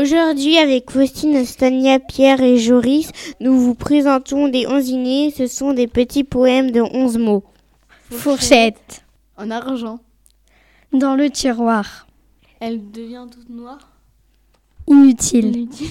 Aujourd'hui, avec Faustine, Estonia, Pierre et Joris, nous vous présentons des onzinés. Ce sont des petits poèmes de 11 mots. Fourchette. En argent. Dans le tiroir. Elle devient toute noire. Inutile. Inutile.